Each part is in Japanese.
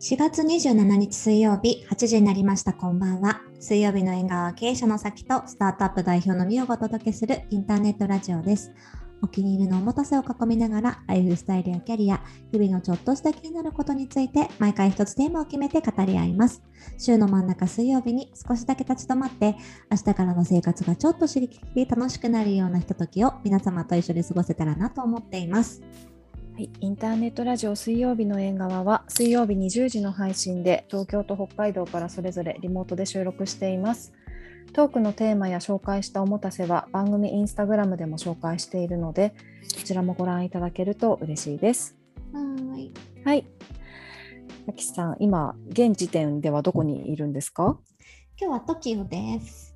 4月27日水曜日8時になりましたこんばんは水曜日の縁側は経営者の先とスタートアップ代表のみをお届けするインターネットラジオですお気に入りのおもたせを囲みながらライフスタイルやキャリア日々のちょっとした気になることについて毎回一つテーマを決めて語り合います週の真ん中水曜日に少しだけ立ち止まって明日からの生活がちょっと刺激的で楽しくなるようなひとときを皆様と一緒に過ごせたらなと思っていますはい、インターネットラジオ水曜日の縁側は水曜日20時の配信で東京と北海道からそれぞれリモートで収録していますトークのテーマや紹介したおもたせは番組インスタグラムでも紹介しているのでそちらもご覧いただけると嬉しいですはいはい、あきさん今現時点ではどこにいるんですか今日は TOKIO です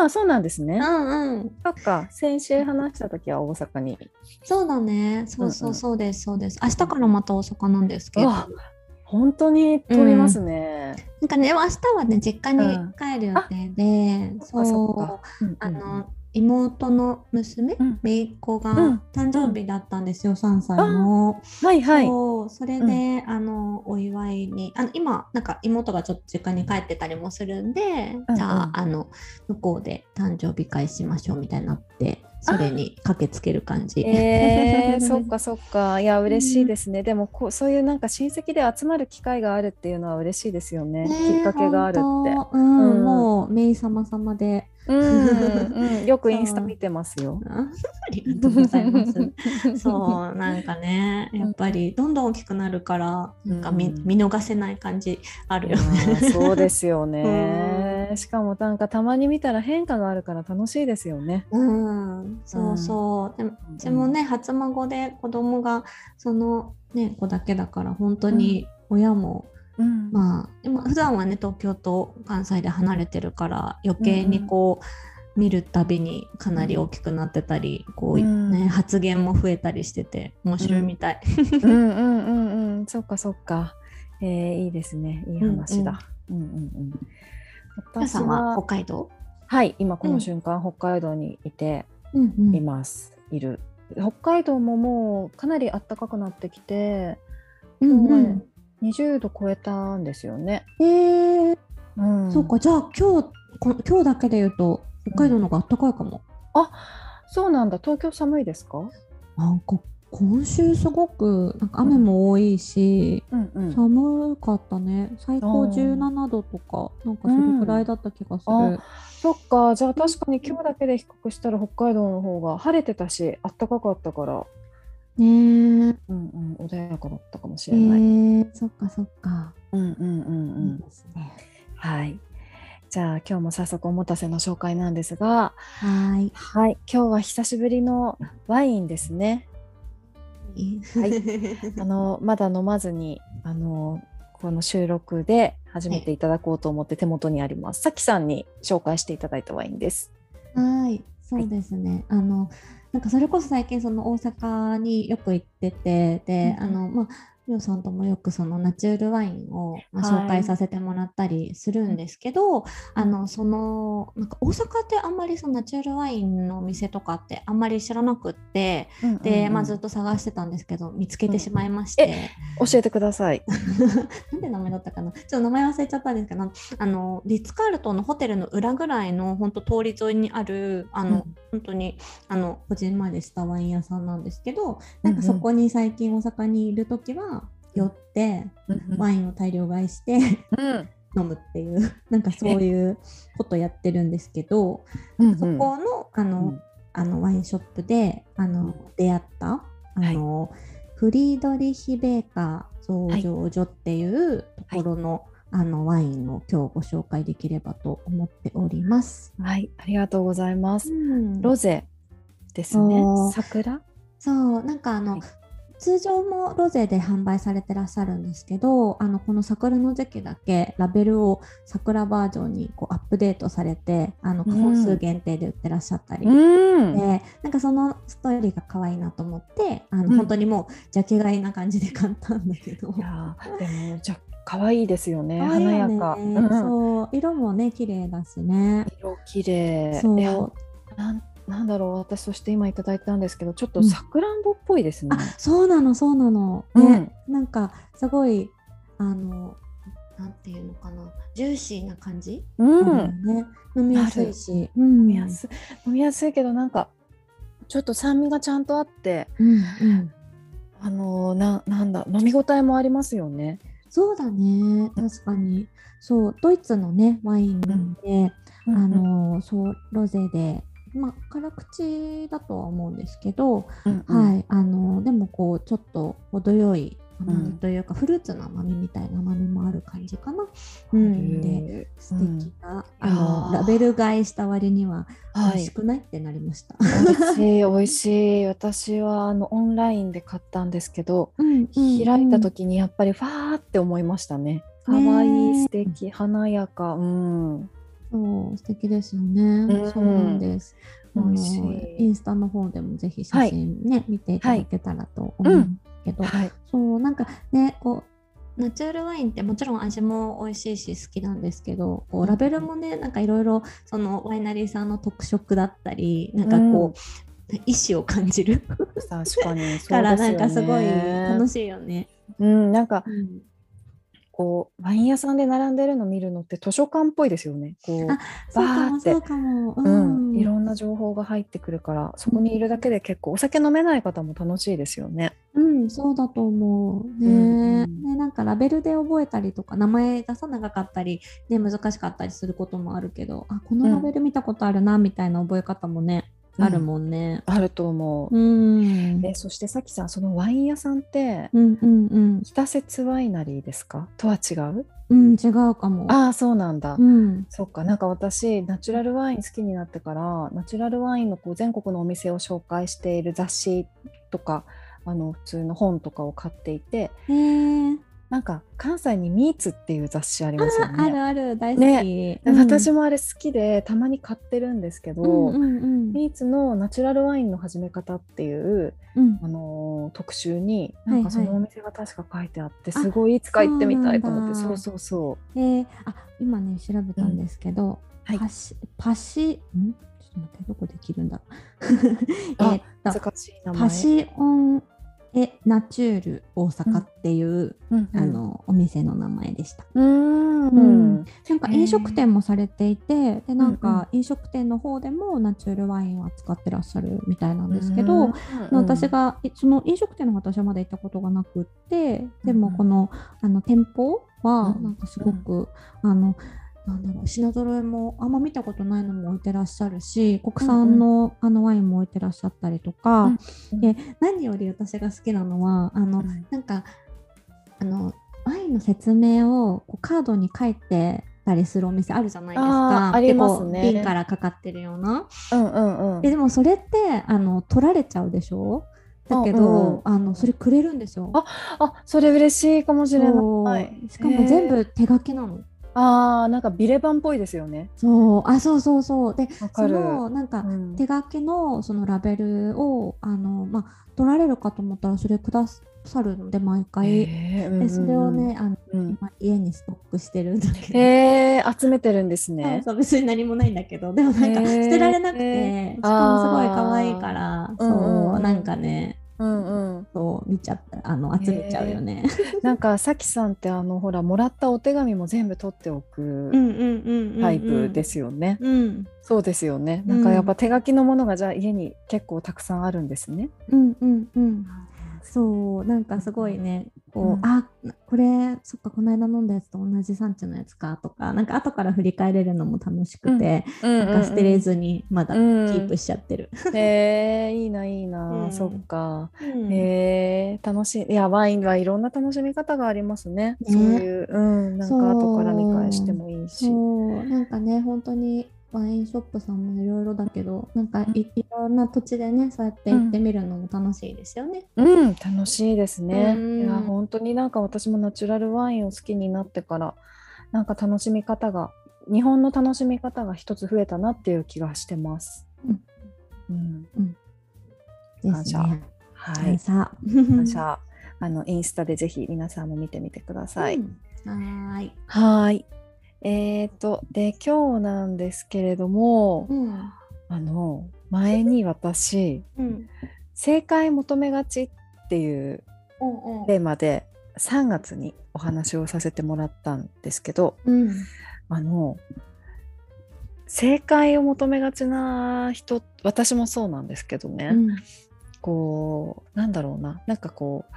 ああ、そうなんですねんうんそっか先週話した時は大阪にそうだね。そうそうそうです、そうです。明日からまた大阪なんですけど。なわ本当に飛びますね、んかね、明日はね、実家にうん帰る予定で、そっかそっそかう、うんうんあの、妹の娘、うん姪っ子がうん誕生日だったんですよ、3歳の。はいはいそうそれで、うあの、お祝いに、あの、今、なんか妹がちょっと実家に帰ってたりもするんで、うんじゃあ、あの、向こうで誕生日会しましょうみたいになって、それに駆けつける感じ。えー、そっかそっかいや嬉しいですね、でもこうそういうなんか親戚で集まる機会があるっていうのは嬉しいですよねねえきっかけがあるって本当うん、うんもうメイ様様で。うん、うん、よくそうインスタ見てますよ ありがとうございます。う そうなんかねやっぱりどんどん大きくなるからなんか見,、うん見逃せない感じあるよね。そうですよね、しかもなんかたまに見たら変化があるから楽しいですよね うん、そうそう。でもうちもね初孫で子供がそのね子だけだから本当に親も、うん、まあでも普段はね東京と関西で離れてるから余計にこう、見るたびにかなり大きくなってたり、こう、うんね、発言も増えたりしてて面白いみたい。うんうんうんうんそっかそっかえー、いいですねいい話だ、うんうんうん皆私さんはは北海道、はい今こうんの瞬間、北海道にいてうんうんいます、いる北海道ももうかなり暖かくなってきてうんうもんう20度超えたんですよね、えーうんそうかじゃあ今日こ今日だけで言うと北海道の方が暖かいかも。あそうなんだ東京寒いですかなんか今週すごくなんか雨も多いし、うんうん寒かったね最高あー17度とかなんかそれくらいだった気がする。うんあそっかじゃあ確かに今日だけで比較したら北海道の方が晴れてたし暖かかったから、ねえ、うんうん、穏やかだったかもしえれない、ー、そっかそっか。うんうんうんういいんですね。はいじゃあ今日も早速おもたせの紹介なんですがははい今日は久しぶりのワインですねーい。はいあのまだ飲まずにあのこの収録で始めていただこうと思って手元にあります。さきさんに紹介していただいたワインです。はい、そうですね。あのなんかそれこそ最近その大阪によく行っててで、うんあのまありょうさんともよくそのナチュールワインを、まあは紹い介させてもらったりするんですけど、あのそのなんか大阪ってあんまりそのナチュールワインのお店とかってあんまり知らなくってで、まあずっと探してたんですけど見つけてしまいまして。うん教えてください。 なんで名前だったかなちょっと名前忘れちゃったんですけどあのリッツ・カールトンのホテルの裏ぐらいの本当通り沿いにあるあの、うん本当にあのこじんまりしたワイン屋さんなんですけどなんかそこに最近大阪にいる時は寄ってうんワインを大量買いしてうん飲むっていうなんかそういうことやってるんですけどうんそこのあの、うんあのワインショップであうんの出会ったあの、フリードリヒ・ベーカー醸造所っていうところの、あのワインを今日ご紹介できればと思っております。はい、ありがとうございます。ロロゼですねお。ー桜。そうなんかあの、はい通常もロゼで販売されてらっしゃるんですけどあのこの桜の時期だけラベルを桜バージョンにこうアップデートされてあの本数限定で売ってらっしゃったりうん。でなんかそのストーリーが可愛いなと思ってあの、うん本当にもうジャケ買いな感じで買ったんだけどいやーでもじゃあ可愛いですよね。可愛い華よやねか。うんそう色もね綺麗だしね色綺麗。そういやなんなんだろう私そして今いただいたんですけどちょっうとんさくらんぼっぽいですねあ。そうなのそうなの、うねんなんかすごいあのなんていうのかなジューシーな感じ、うあるよん、ね飲みやすいし、う飲んみやすい飲みやすいけどなんかちょっと酸味がちゃんとあってうんうん、あのーななんだ飲み応えもありますよね。そうだね確かにそうドイツのねワインなんで、あうんのそうロゼで、まあ、辛口だとは思うんですけど、うんうんはい、あのでもこうちょっと程よい甘うみんというか、フルーツの甘みみたいな甘みもある感じかな。うん、でへー素敵な、うんあのいやーラベル買いした割には美は味いし、くないってなりま した。美味しい美味しい私はあのオンラインで買ったんですけど、うんうん開いた時にやっぱりファーって思いましたね。可愛いねえ素敵華やか、 うん、そう素敵ですようね。んそうなんです。あの美味しいインスタの方でもぜひ写真ね、見ていただけたらと思はいううんんですけど、はい、そうなんかねこうナチュラルワインってもちろん味も美味しいし好きなんですけどこううんラベルもねなんかいろいろそのワイナリーさんの特色だったりなんかこう、意志を感じ る確かにそかうらでなんかすごい楽しい、しいよね。うん、なんかうんこうワイン屋さんで並んでるの見るのって図書館っぽいですよね。こあうそうかバーもってそうかも。ううん、いんろんな情報が入ってくるからそこにいるだけで結構お酒飲めない方も楽しいですよね。うん、そうだと思う。ね,、うんうんねなんかラベルで覚えたりとか名前がさ長かったり、ね、難しかったりすることもあるけどあこのラベル見たことあるなみたいな覚え方もね、あるん、もんね。あると思う。うんでそしてさきさんそのワイン屋さんってうんうんうん北節ワイナリーですかとは違ううん違うかも。ああそうなんだ。うんそっかなんか私ナチュラルワイン好きになってからナチュラルワインのこう全国のお店を紹介している雑誌とかあの普通の本とかを買っていてへえなんか関西に「ミーツ」っていう雑誌ありますよああるね。ある大好き。うん私もあれ好きでたまに買ってるんですけど、うんうんうんミーツのナチュラルワインの始め方っていう、うんあのー特集にはいはないんかそのお店が確か書いてあって、すごいいつか行ってみたいと思ってそうなんそうだそうそうえーあ今ね調べたんですけど、うんはいパシパシんちょっと待ってどこで切るんだろう あえーっと難しい名前パシオン・エ・ナチュール大阪っていう、うんうんあのお店の名前でした。うーんうんなんかへー飲食店もされていてでなんうんうか飲食店の方でもナチュールワインは使ってらっしゃるみたいなんでですすけけど、ど、私私ががえその飲食店の方私はまだ行ったことがなくってでもうんうんこの,、あの店舗はうんなんかすごく、あのなんだろう品揃えもあんま見たことないのも置いてらっしゃるし国産の,、あのワインも置いてらっしゃったりとか、うんうんで何より私が好きなのはあの、うんなんかあのワインの説明をこうカードに書いてたりするお店あるじゃないですあかーありますねでこう瓶からかかってるような。うんうんうんででもそれってあの取られちゃうでしょだけど、うんうんあのそれくれるんですよ。ああそれ嬉しいかもしれない、そうしかも全へー部手書きなの。あーなんかビレ版っぽいですよねそうあそうそうそうでわかそるのなんか、うん手書きのそのラベルをあの、まあ、取られるかと思ったらそれくださるので毎回。へーうんうんうでんそれをねあのうん今家にストックしてるんだけど。へー集めてるんですそうねそう別に何もないんだけどでもなんかへー捨てられなくてしかもすごい可愛いからあーうんうんそううんなんかねうんうんそう見ちゃったあの集めちゃうよね。なんかさきさんってあのほらもらったお手紙も全部取っておくうんうんうんうんタイプですよね、うんそうですよねなんかやっぱ手書きのものがじゃあ家に結構たくさんあるんですね、うんうんうんそうなんかすごいねこう、うんあこれそっかこの間飲んだやつと同じ産地のやつかとかなんか後から振り返れるのも楽しくて、うんなんか捨てれずにまだキうんープしちゃってる。へえいいないいな、うんそっかうんへえ楽しいいやワインはいろんな楽しみ方がありますねねそういううんなんそかう後から見返してもいいしそうなんかね本当にワインショップさんもいろいろだけどなんかいいろんな土地でねそうやって行ってみるのも楽しいですよね。うん楽しいですね、うんいや本当になんか私もナチュラルワインを好きになってからなんか楽しみ方が日本の楽しみ方が一つ増えたなっていう気がしてますうん、うん、で感す謝ね。はい、さ感謝あのインスタでぜひ皆さんも見てみてください、うんはーい。はーい。えー、と、で、今日なんですけれども、うん。あの、前に私、うん。正解求めがちっていううんうん。テーマで、 3月にお話をさせてもらったんですけどうん。あの正解を求めがちな人私もそうなんですけどね、うん。こうなんだろうななんかこう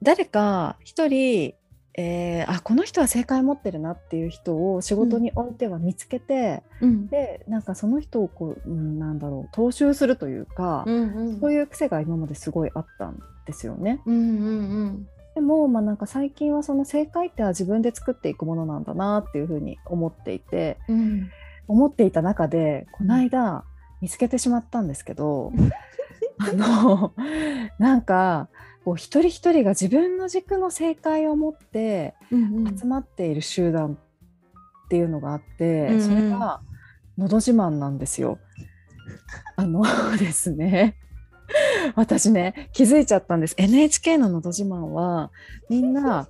誰か一人、えーあこの人は正解持ってるなっていう人を仕事においては見つけて、うん。でなんかその人をこう、うん、なんだろう踏襲するというか、うん。そういう癖が今まですごいあったんですよね。うん。うん。でも、まあ、なんか最近はその正解っては自分で作っていくものなんだなっていうふうに思っていてうん。思っていた中でこの間見つけてしまったんですけどあのなんかこう一人一人が自分の軸の正解を持ってうん。集まっている集団っていうのがあって、うんうんそれが「のど自慢」なんですよ。あの ですね私ね気づいちゃったんです NHK の「のど自慢は」みんな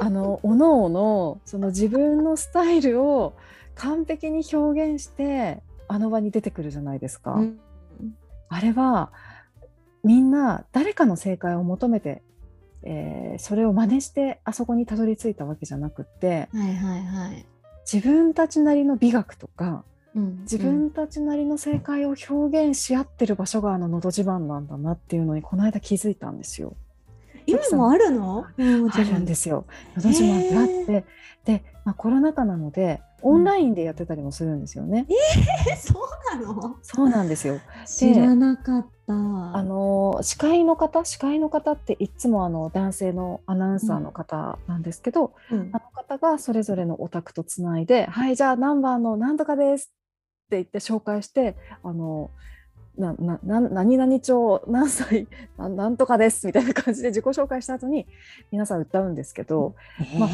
あのおのおのその自分のスタイルを完璧に表現してあの場に出てくるじゃないですか。うん。あれはみんな誰かの正解を求めて、えーそれを真似してあそこにたどり着いたわけじゃなくってはいはいはい。自分たちなりの美学とかうん。自分たちなりの正解を表現し合ってる場所があの「のど自慢」なんだなっていうのにこの間気づいたんですよ。今もあるの？うんあるんですよ。「のど自慢」ってあって、で、まあ、コロナ禍なのでオンラインでやってたりもするんですよね。え、そうなの？そうなんですよ。知らなかった。あの司会の方司会の方っていつもあの男性のアナウンサーの方なんですけど、うんあの方がそれぞれのお宅とつないで「はいじゃあ何番の何とかです」って言って紹介して「あのななな何々町何歳 ななんとかです」みたいな感じで自己紹介した後に皆さん歌うんですけど、まあ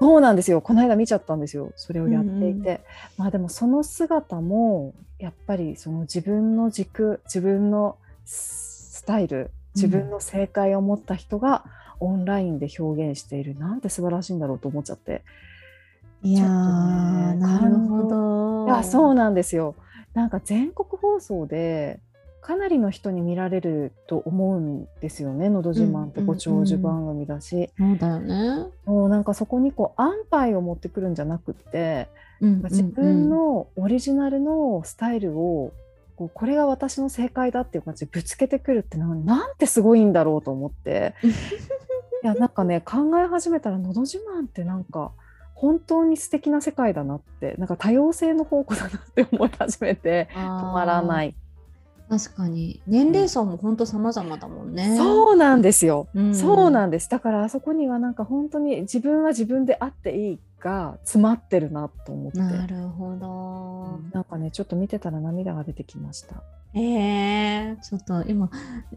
そうなんですよこの間見ちゃったんですよそれをやっていて、うんうまあでもその姿もやっぱりその自分の軸自分のススタイル自分の正解を持った人がオンラインで表現している、なんて素晴らしいんだろうと思っちゃっていやーちょっとねなるほど。いやそうう。なんですよなんか全国放送でかなりの人に見られると思うんですよね「のど自慢」ってご長寿番組だし、そうだよね。もうなんかそこにこう安牌を持ってくるんじゃなくってうん自分。のオリジナルのスタイルをこうこれが私の正解だっていう感じでぶつけてくるってななんてすごいんだろうと思って いやなんかね考え始めたら「のど自慢」ってなんか本当に素敵な世界だなってなんか多様性の宝庫だなって思い始めて止。止まらないい、確かに年齢層も本当様々だもんね。そうなんですよ、うんそうなんですだからあそこにはなんか本当に自分は自分であっていいが詰まってるなと思って。なるほど。なんかねちょっと見てたら涙が出てきました。えー、ちょっと今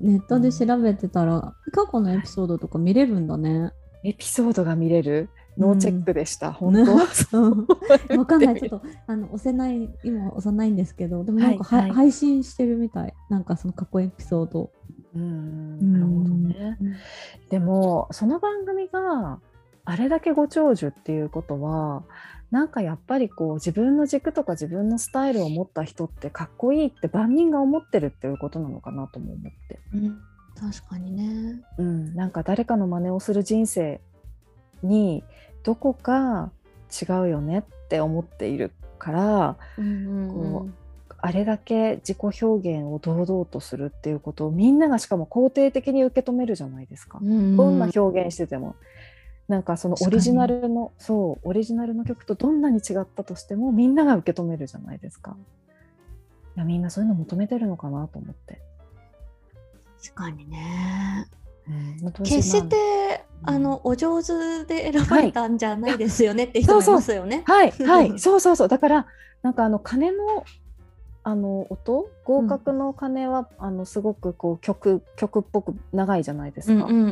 ネットで調べてたら過去のエピソードとか見れるんだね。エピソードが見れるノーチェックでした、うん本当 わかんない、ちょっとあの押せない、今押さないんですけど、でもなんかは、はいはい配信してるみたい、なんかその過去エピソード。 うんなるほどね。でもその番組があれだけご長寿っていうことはなんかやっぱりこう自分の軸とか自分のスタイルを持った人ってかっこいいって万人が思ってるっていうことなのかなとも思って、うん確かにね。うん、なんか誰かの真似をする人生にどこか違うよねって思っているからうんうんうんあれだけ自己表現を堂々とするっていうことをみんながしかも肯定的に受け止めるじゃないですか。どんな表現しててもなんかそのオリジナルのそうオリジナルの曲とどんなに違ったとしてもみんなが受け止めるじゃないですか。いやみんなそういうの求めてるのかなと思って。確かにね。うん決して、うんあの、お上手で選ばれたんじゃないですよねって人そもういそうますよね。はい はいそうそうそうだからなんかあの鐘のあの音合格の鐘は、あのすごくこう曲曲っぽく長いじゃないですか。んうんうん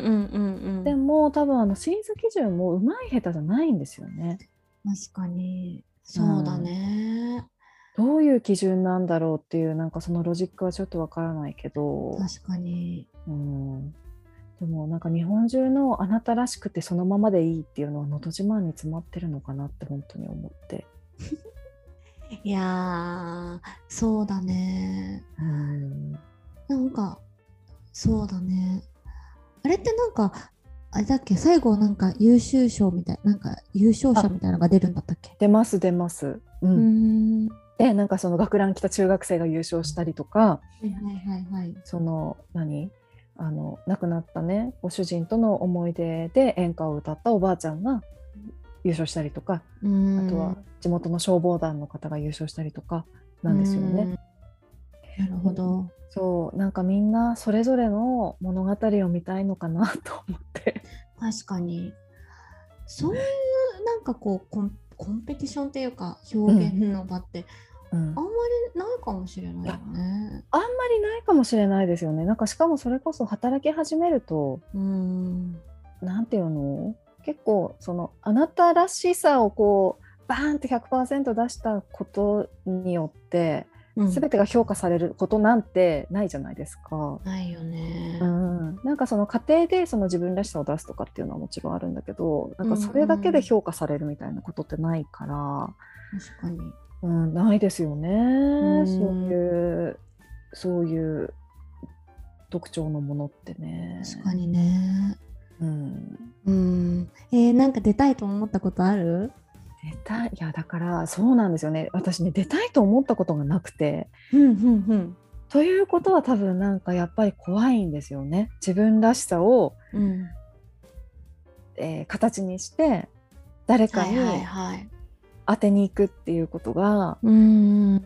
うんでも多分あの審査基準もうまい下手じゃないんですよね。確かに。そうだね。どういう基準なんだろうっていうなんかそのロジックはちょっとわからないけど、確かに。うん、でもなんか日本中のあなたらしくてそのままでいいっていうのは「のど自慢」に詰まってるのかなって本当に思って。いやー、そうだね。うんなんかそうだねあれってなんかあれだっけ最後なんか優秀賞みたいなんか優勝者みたいなのが出るんだったっけ出ます出ます。ううんんはでなんかその学ラン来た中学生が優勝したりとかいはいはいはいその何あの亡くなったねご主人との思い出で演歌を歌ったおばあちゃんが優勝したりとか、うんあとは地元の消防団の方が優勝したりとかなんですよね。うんなるほどそうなんかみんなそれぞれの物語を見たいのかなと思 って確かにそういうなんかこうコンコンペティションっていうか表現の場ってうんあんまりないかもしれないよね。あんまりないかもしれないですよねなんかしかもそれこそ働き始めるとうんなんていうの結構そのあなたらしさをこうバーンって100%出したことによってうん全てが評価されることなんてないじゃないですか。ないよねう。ん、なんかその家庭でその自分らしさを出すとかっていうのはもちろんあるんだけどなんかそれだけで評価されるみたいなことってないから、確かに。うん、ないですよね、んそういうそういう特徴のものってね。確かにね。うん、うん。えー、なんか出たいと思ったことある？出たいいやだからそうなんですよね私ね出たいと思ったことがなくてうんうんうん。ということは多分なんかやっぱり怖いんですよね自分らしさを、うん、えー形にして誰かはいにはいはい。当てに行くっていうことが、うん。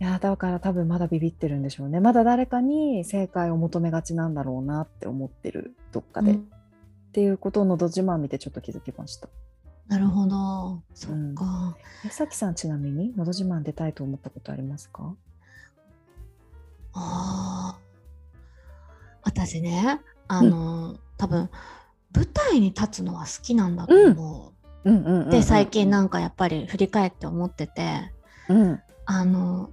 いやだから多分まだビビってるんでしょうねまだ誰かに正解を求めがちなんだろうなって思ってるどっかで、っていうことを「のど自慢」見てちょっと気づきましたなるほど。そっか。えさきさんちなみに「のど自慢」出たいと思ったことありますかああ。私ね、あの、多分舞台に立つのは好きなんだと思う。うんうんうんうんで最近なんかやっぱり振り返って思ってて、うんあの。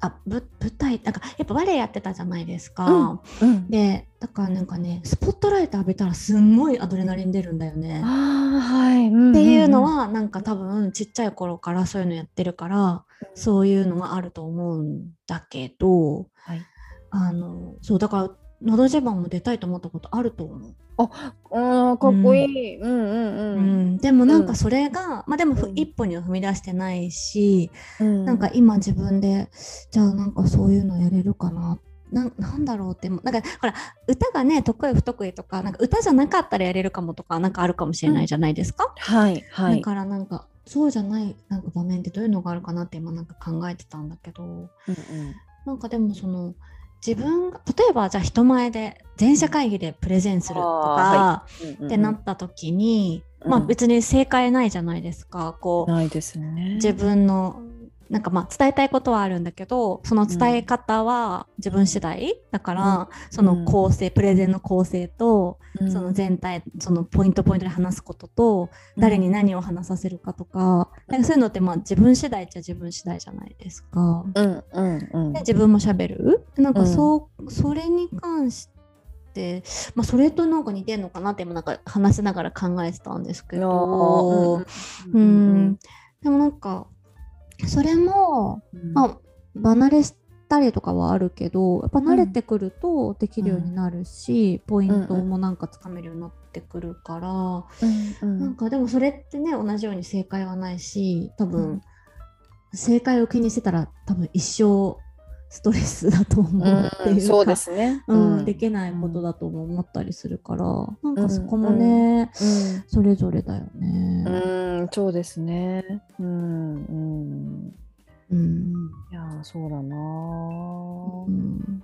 あぶ舞台なんかやっぱバレエやってたじゃないですか、うんでだからなんかねスポットライト浴びたらすんごいアドレナリン出るんだよね。ああはい、うんっていうのんはなんか多分ちっちゃい頃からそういうのやってるからそういうのがあると思うんだけど、はいあのそうだから「のど自慢」も出たいと思ったことあると思う、うんうんかっこいい、うん、うんううんんでもなんうかんそれが、まあでもふ、うん一歩には踏み出してないし、うんなんか今自分でじゃあなんかそういうのやれるかななんなんだろうってもなんかほら歌がね得意不得意とかなんか歌じゃなかったらやれるかもとかなんかあるかもしれないじゃないですか、はいはだい、からなんかそうじゃないなんか場面ってどういうのがあるかなって今なんか考えてたんだけどうんうんなんかでもその自分が例えばじゃあ人前で全社会議でプレゼンするとか、あってなった時に、うんまあ別に正解ないじゃないですかこうないですね自分のなんかまあ伝えたいことはあるんだけどその伝え方は自分次第、だから、うその構成プレゼンの構成と、うんその全体そのポイントポイントで話すことと、誰に何を話させるかとかなんかそういうのってまあ自分次第っちゃ自分次第じゃないですか。うんうんうんで自分も喋るなんかそう、それに関して、まあ、それとなんか似てんのかなって今なんか話しながら考えてたんですけどあーううんうんうんうんんでもなんかそれも、うんまあ、離れしたりとかはあるけどやっぱ慣れてくるとできるようになるし、ポイントもなんかつかめるようになってくるから。うんなんかでもそれってね同じように正解はないし多分、うん正解を気にしてたら多分一生ストレスだと思うっていうか、んそうですね。うん、できないことだとも思ったりするから、なんかそこもね、うんそれぞれだよね。うん、そうですね。うん、うん、うんいやー、そうだうなー。ん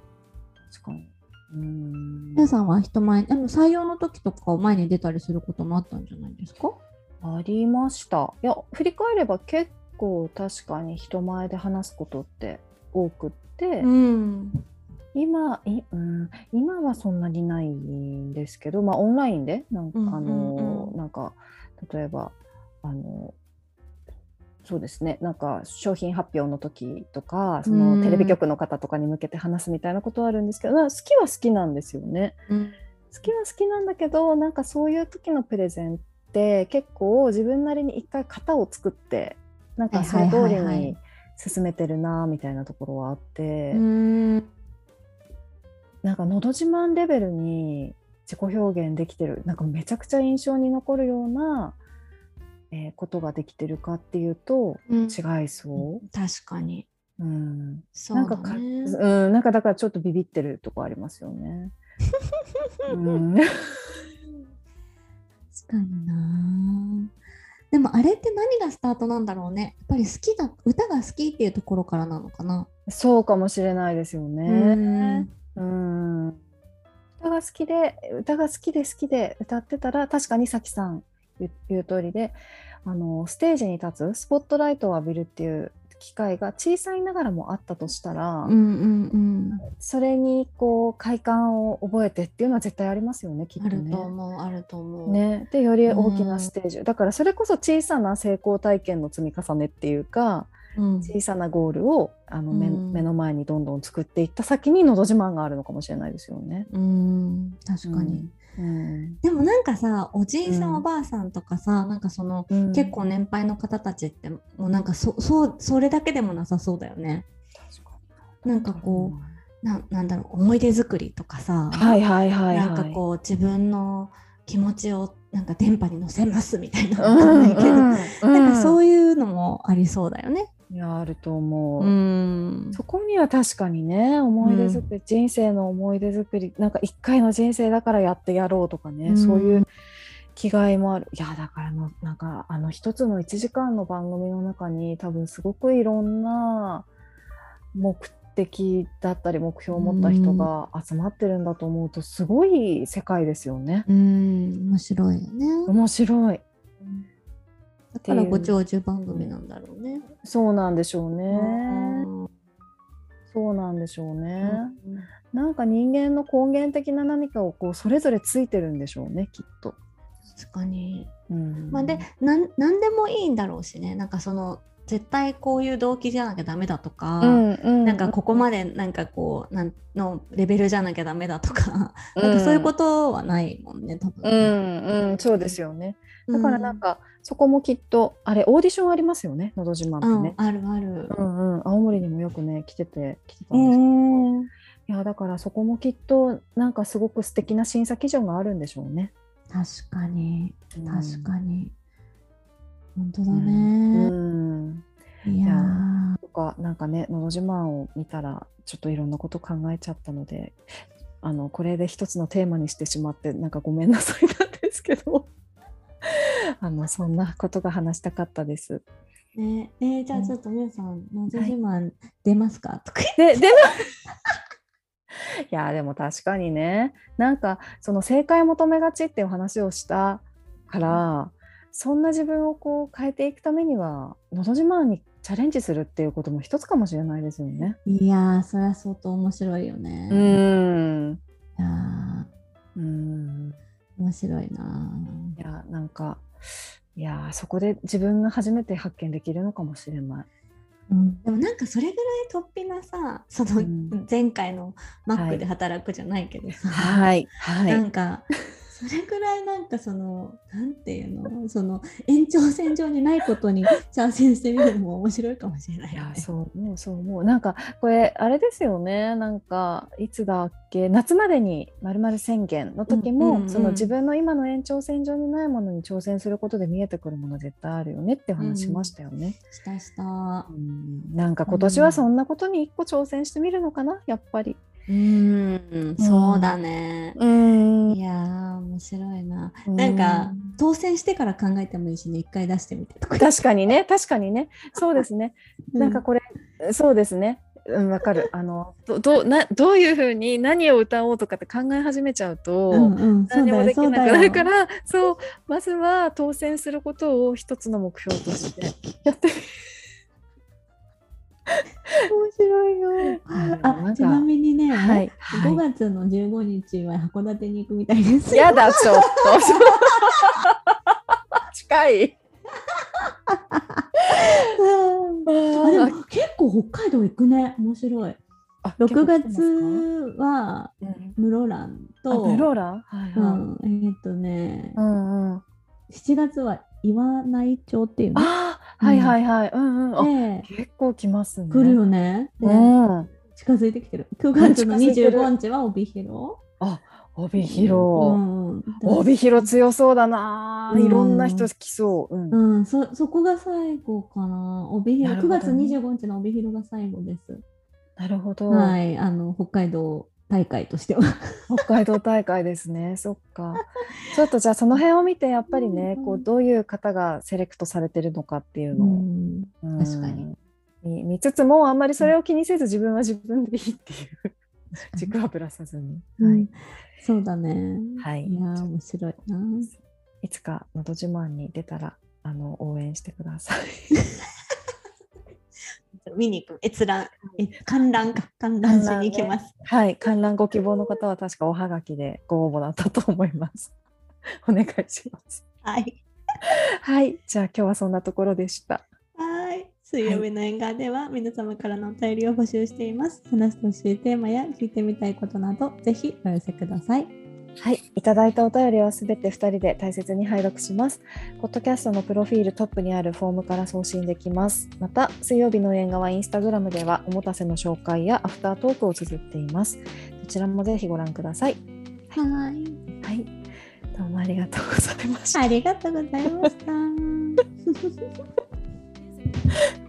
確かに。うん。皆さんは人前でも採用の時とか前に出たりすることもあったんじゃないですかありました。いや、振り返れば、結構確かに人前で話すことって多くって。ん今い、うん、今はそんなにないんですけど、まあ、オンラインでなんか、うんうんうんあのなんか例えばあのそうですねなんか商品発表の時とかそうんのテレビ局の方とかに向けて話すみたいなことはあるんですけど、まあ好きは好きなんですよね。うん好きは好きなんだけどなんかそういう時のプレゼンって結構自分なりに一回型を作ってなんかそはのいはいはい通りはいに進めてるなみたいなところはあって。うんなんか「のど自慢」レベルに自己表現できてるなんかめちゃくちゃ印象に残るような、えーことができてるかっていうとうん違いそ確かに。う、うんそなんうかかだね。うん、なんかだからちょっとビビってるとこありますよね。うん、 確かになでもあれって何がスタートなんだろうねやっぱり好きだ歌が好きっていうところからなのかな、そうかもしれないですよね。うん歌が好きで歌が好きで好きで歌ってたら確かにさきさん言う言う通りであのステージに立つスポットライトを浴びるっていう機会が小さいながらもあったとしたら、うんうんうんそれにこう快感を覚えてっていうのは絶対ありますよねきっあとるとね。思う、あると思う、ね、でより大きうんなステージ、だからそれこそ小さな成功体験の積み重ねっていうかうん、小さなゴールをあの目,、うん目の前にどんどん作っていった先に「のど自慢」があるのかもしれないですよね。うん確かに、うんでもなんかさおじいさん、うんおばあさんとかさなんかその、うん結構年配の方たちってもうなんかそそうそれだけでもなさそうだよね確かなんかこうななんだろう思い出作りとかさ、はいはいはいはい。なんかこう自分の気持ちをなんか電波に乗せますみたいなうんわかんないけど、うん なんかそういうのもありそうだよね。いやあると思う。んそこには確かにね思い出作り、人生の思い出作りなんか一回の人生だからやってやろうとかね、うんそういう気概もあるいやだからのなんかあの一つの1時間の番組の中に多分すごくいろんな目的だったり目標を持った人が集まってるんだと思うとすごい世界ですよね。うん、面白いよね。面白いだからご長寿番組なんだろうね。そうなんでしょうね、うんそうなんでしょうね。なんか人間の根源的な何かをこうそれぞれついてるんでしょうねきっと。確かに。うんまあ、でなんなんでもいいんだろうしねなんかその絶対こういう動機じゃなきゃダメだとか。なんかここまでなんかこうなんのレベルじゃなきゃダメだとかなんかそういうことはないもんね多とう分んうんそうですよね。ねだからなんかそこもきっとあれオーディションありますよね「のど自慢」ってね。うん、あるある。うんうん、青森にもよくね来てて来てたうんですけんど、いやだからそこもきっとなんかすごく素敵な審査基準があるんでしょうね。確かにうん確かに、本当だうね、んいやーいやとか、なんかね、のど自慢を見たら、ちょっといろんなこと考えちゃったので、あのこれで一つのテーマにしてしまって、なんかごめんなさいなんですけど、 あのそんなことが話したかったです。ねえーじゃあうんちょっと皆さん「のど自慢出ますか?」 とか言ってで、でも、いや、でも確かにね、なんかその正解求めがちっていう話をしたから、そんな自分をこう変えていくためには、のど自慢にチャレンジするっていうことも一つかもしれないですよね。いやーそれは相当面白いよね、いん。やうんー面白いないやなんかいやそこで自分が初めて発見できるのかもしれない。でもなんかそれぐらい突飛なさその、うん前回のマッはクいで働くじゃないけどさ、いはなんかそれぐらいなんかそのなんていうのその延長線上にないことに挑戦してみるのも面白いかもしれないいよねや。そうもうそう思うなんかこれあれですよねなんかいつだっけ夏までに「まる宣言」の時も、うんうんうんその自分の今の延長線上にないものに挑戦することで見えてくるもの絶対あるよねってお話しましたよね。したした。うんなんか今年はそんなことに一個挑戦してみるのかなやっぱり。うんそうだね。うんいやー面白いな。なんか当選してから考えてもいいしね一回出してみてとか。確かにね確かにねそうですねなんかこれ、そうですね。うん、わかる。あの、ど、どう、な、どういうふうに、何を歌おうとかって考え始めちゃうと。うんうんそう何もだよできそうなくだなよるから、そう、まずは当選することを一つの目標として。やってみ。面白いよ。なあんちなか。みにね、はい。 5は月の15日は函館に行くみたいですい。。やだ、ちょっと。 近 い。うんあでも結構北海道行くね面白い。あ6。結構月は来てますかうん室蘭あ、とブローラ。はい。うはいん、えっとね、うん。うん。 7月は岩内町っていうのあーはいはいはい、うんうん、あで結構来ますね。来るよね。でうん、近づいてきてる。9月の近づいてる25日は帯広。あ帯広、うん帯広強そうだな、うんいろんな人来そう、うんうん、そそこが最後かな帯広な9るほどね月25日の帯広が最後です、なるほど、はいあの北海道大会としては北海道大会ですねそっ かちょっとじゃあその辺を見てやっぱりねうんこうどういう方がセレクトされてるのかっていうのうを、んうん確かに見見つつもあんまりそれを気にせず自分は自分でいいっていう確かに軸はぶらさずに、うんそうだねはい、はいいやー面白いないつか「のど自慢」に出たらあの応援してください。 見に行く閲覧え観覧か観覧しに行きます、はい、観覧ご希望の方は確かおはがきでご応募だったと思います。 お願いします。はいはい、じゃあ今日はそんなところでした。はい。水曜日の縁側では皆様からのお便りを募集しています。話してほしいテーマや聞いてみたいことなど、ぜひお寄せください。はい、いただいたお便りはすべて2人で大切に拝読します。ポッドキャストのプロフィールトップにあるフォームから送信できます。また、水曜日の縁側インスタグラムではおもたせの紹介やアフタートークを綴っています。そちらもぜひご覧ください。はい。はい、どうもありがとうございました。ありがとうございました。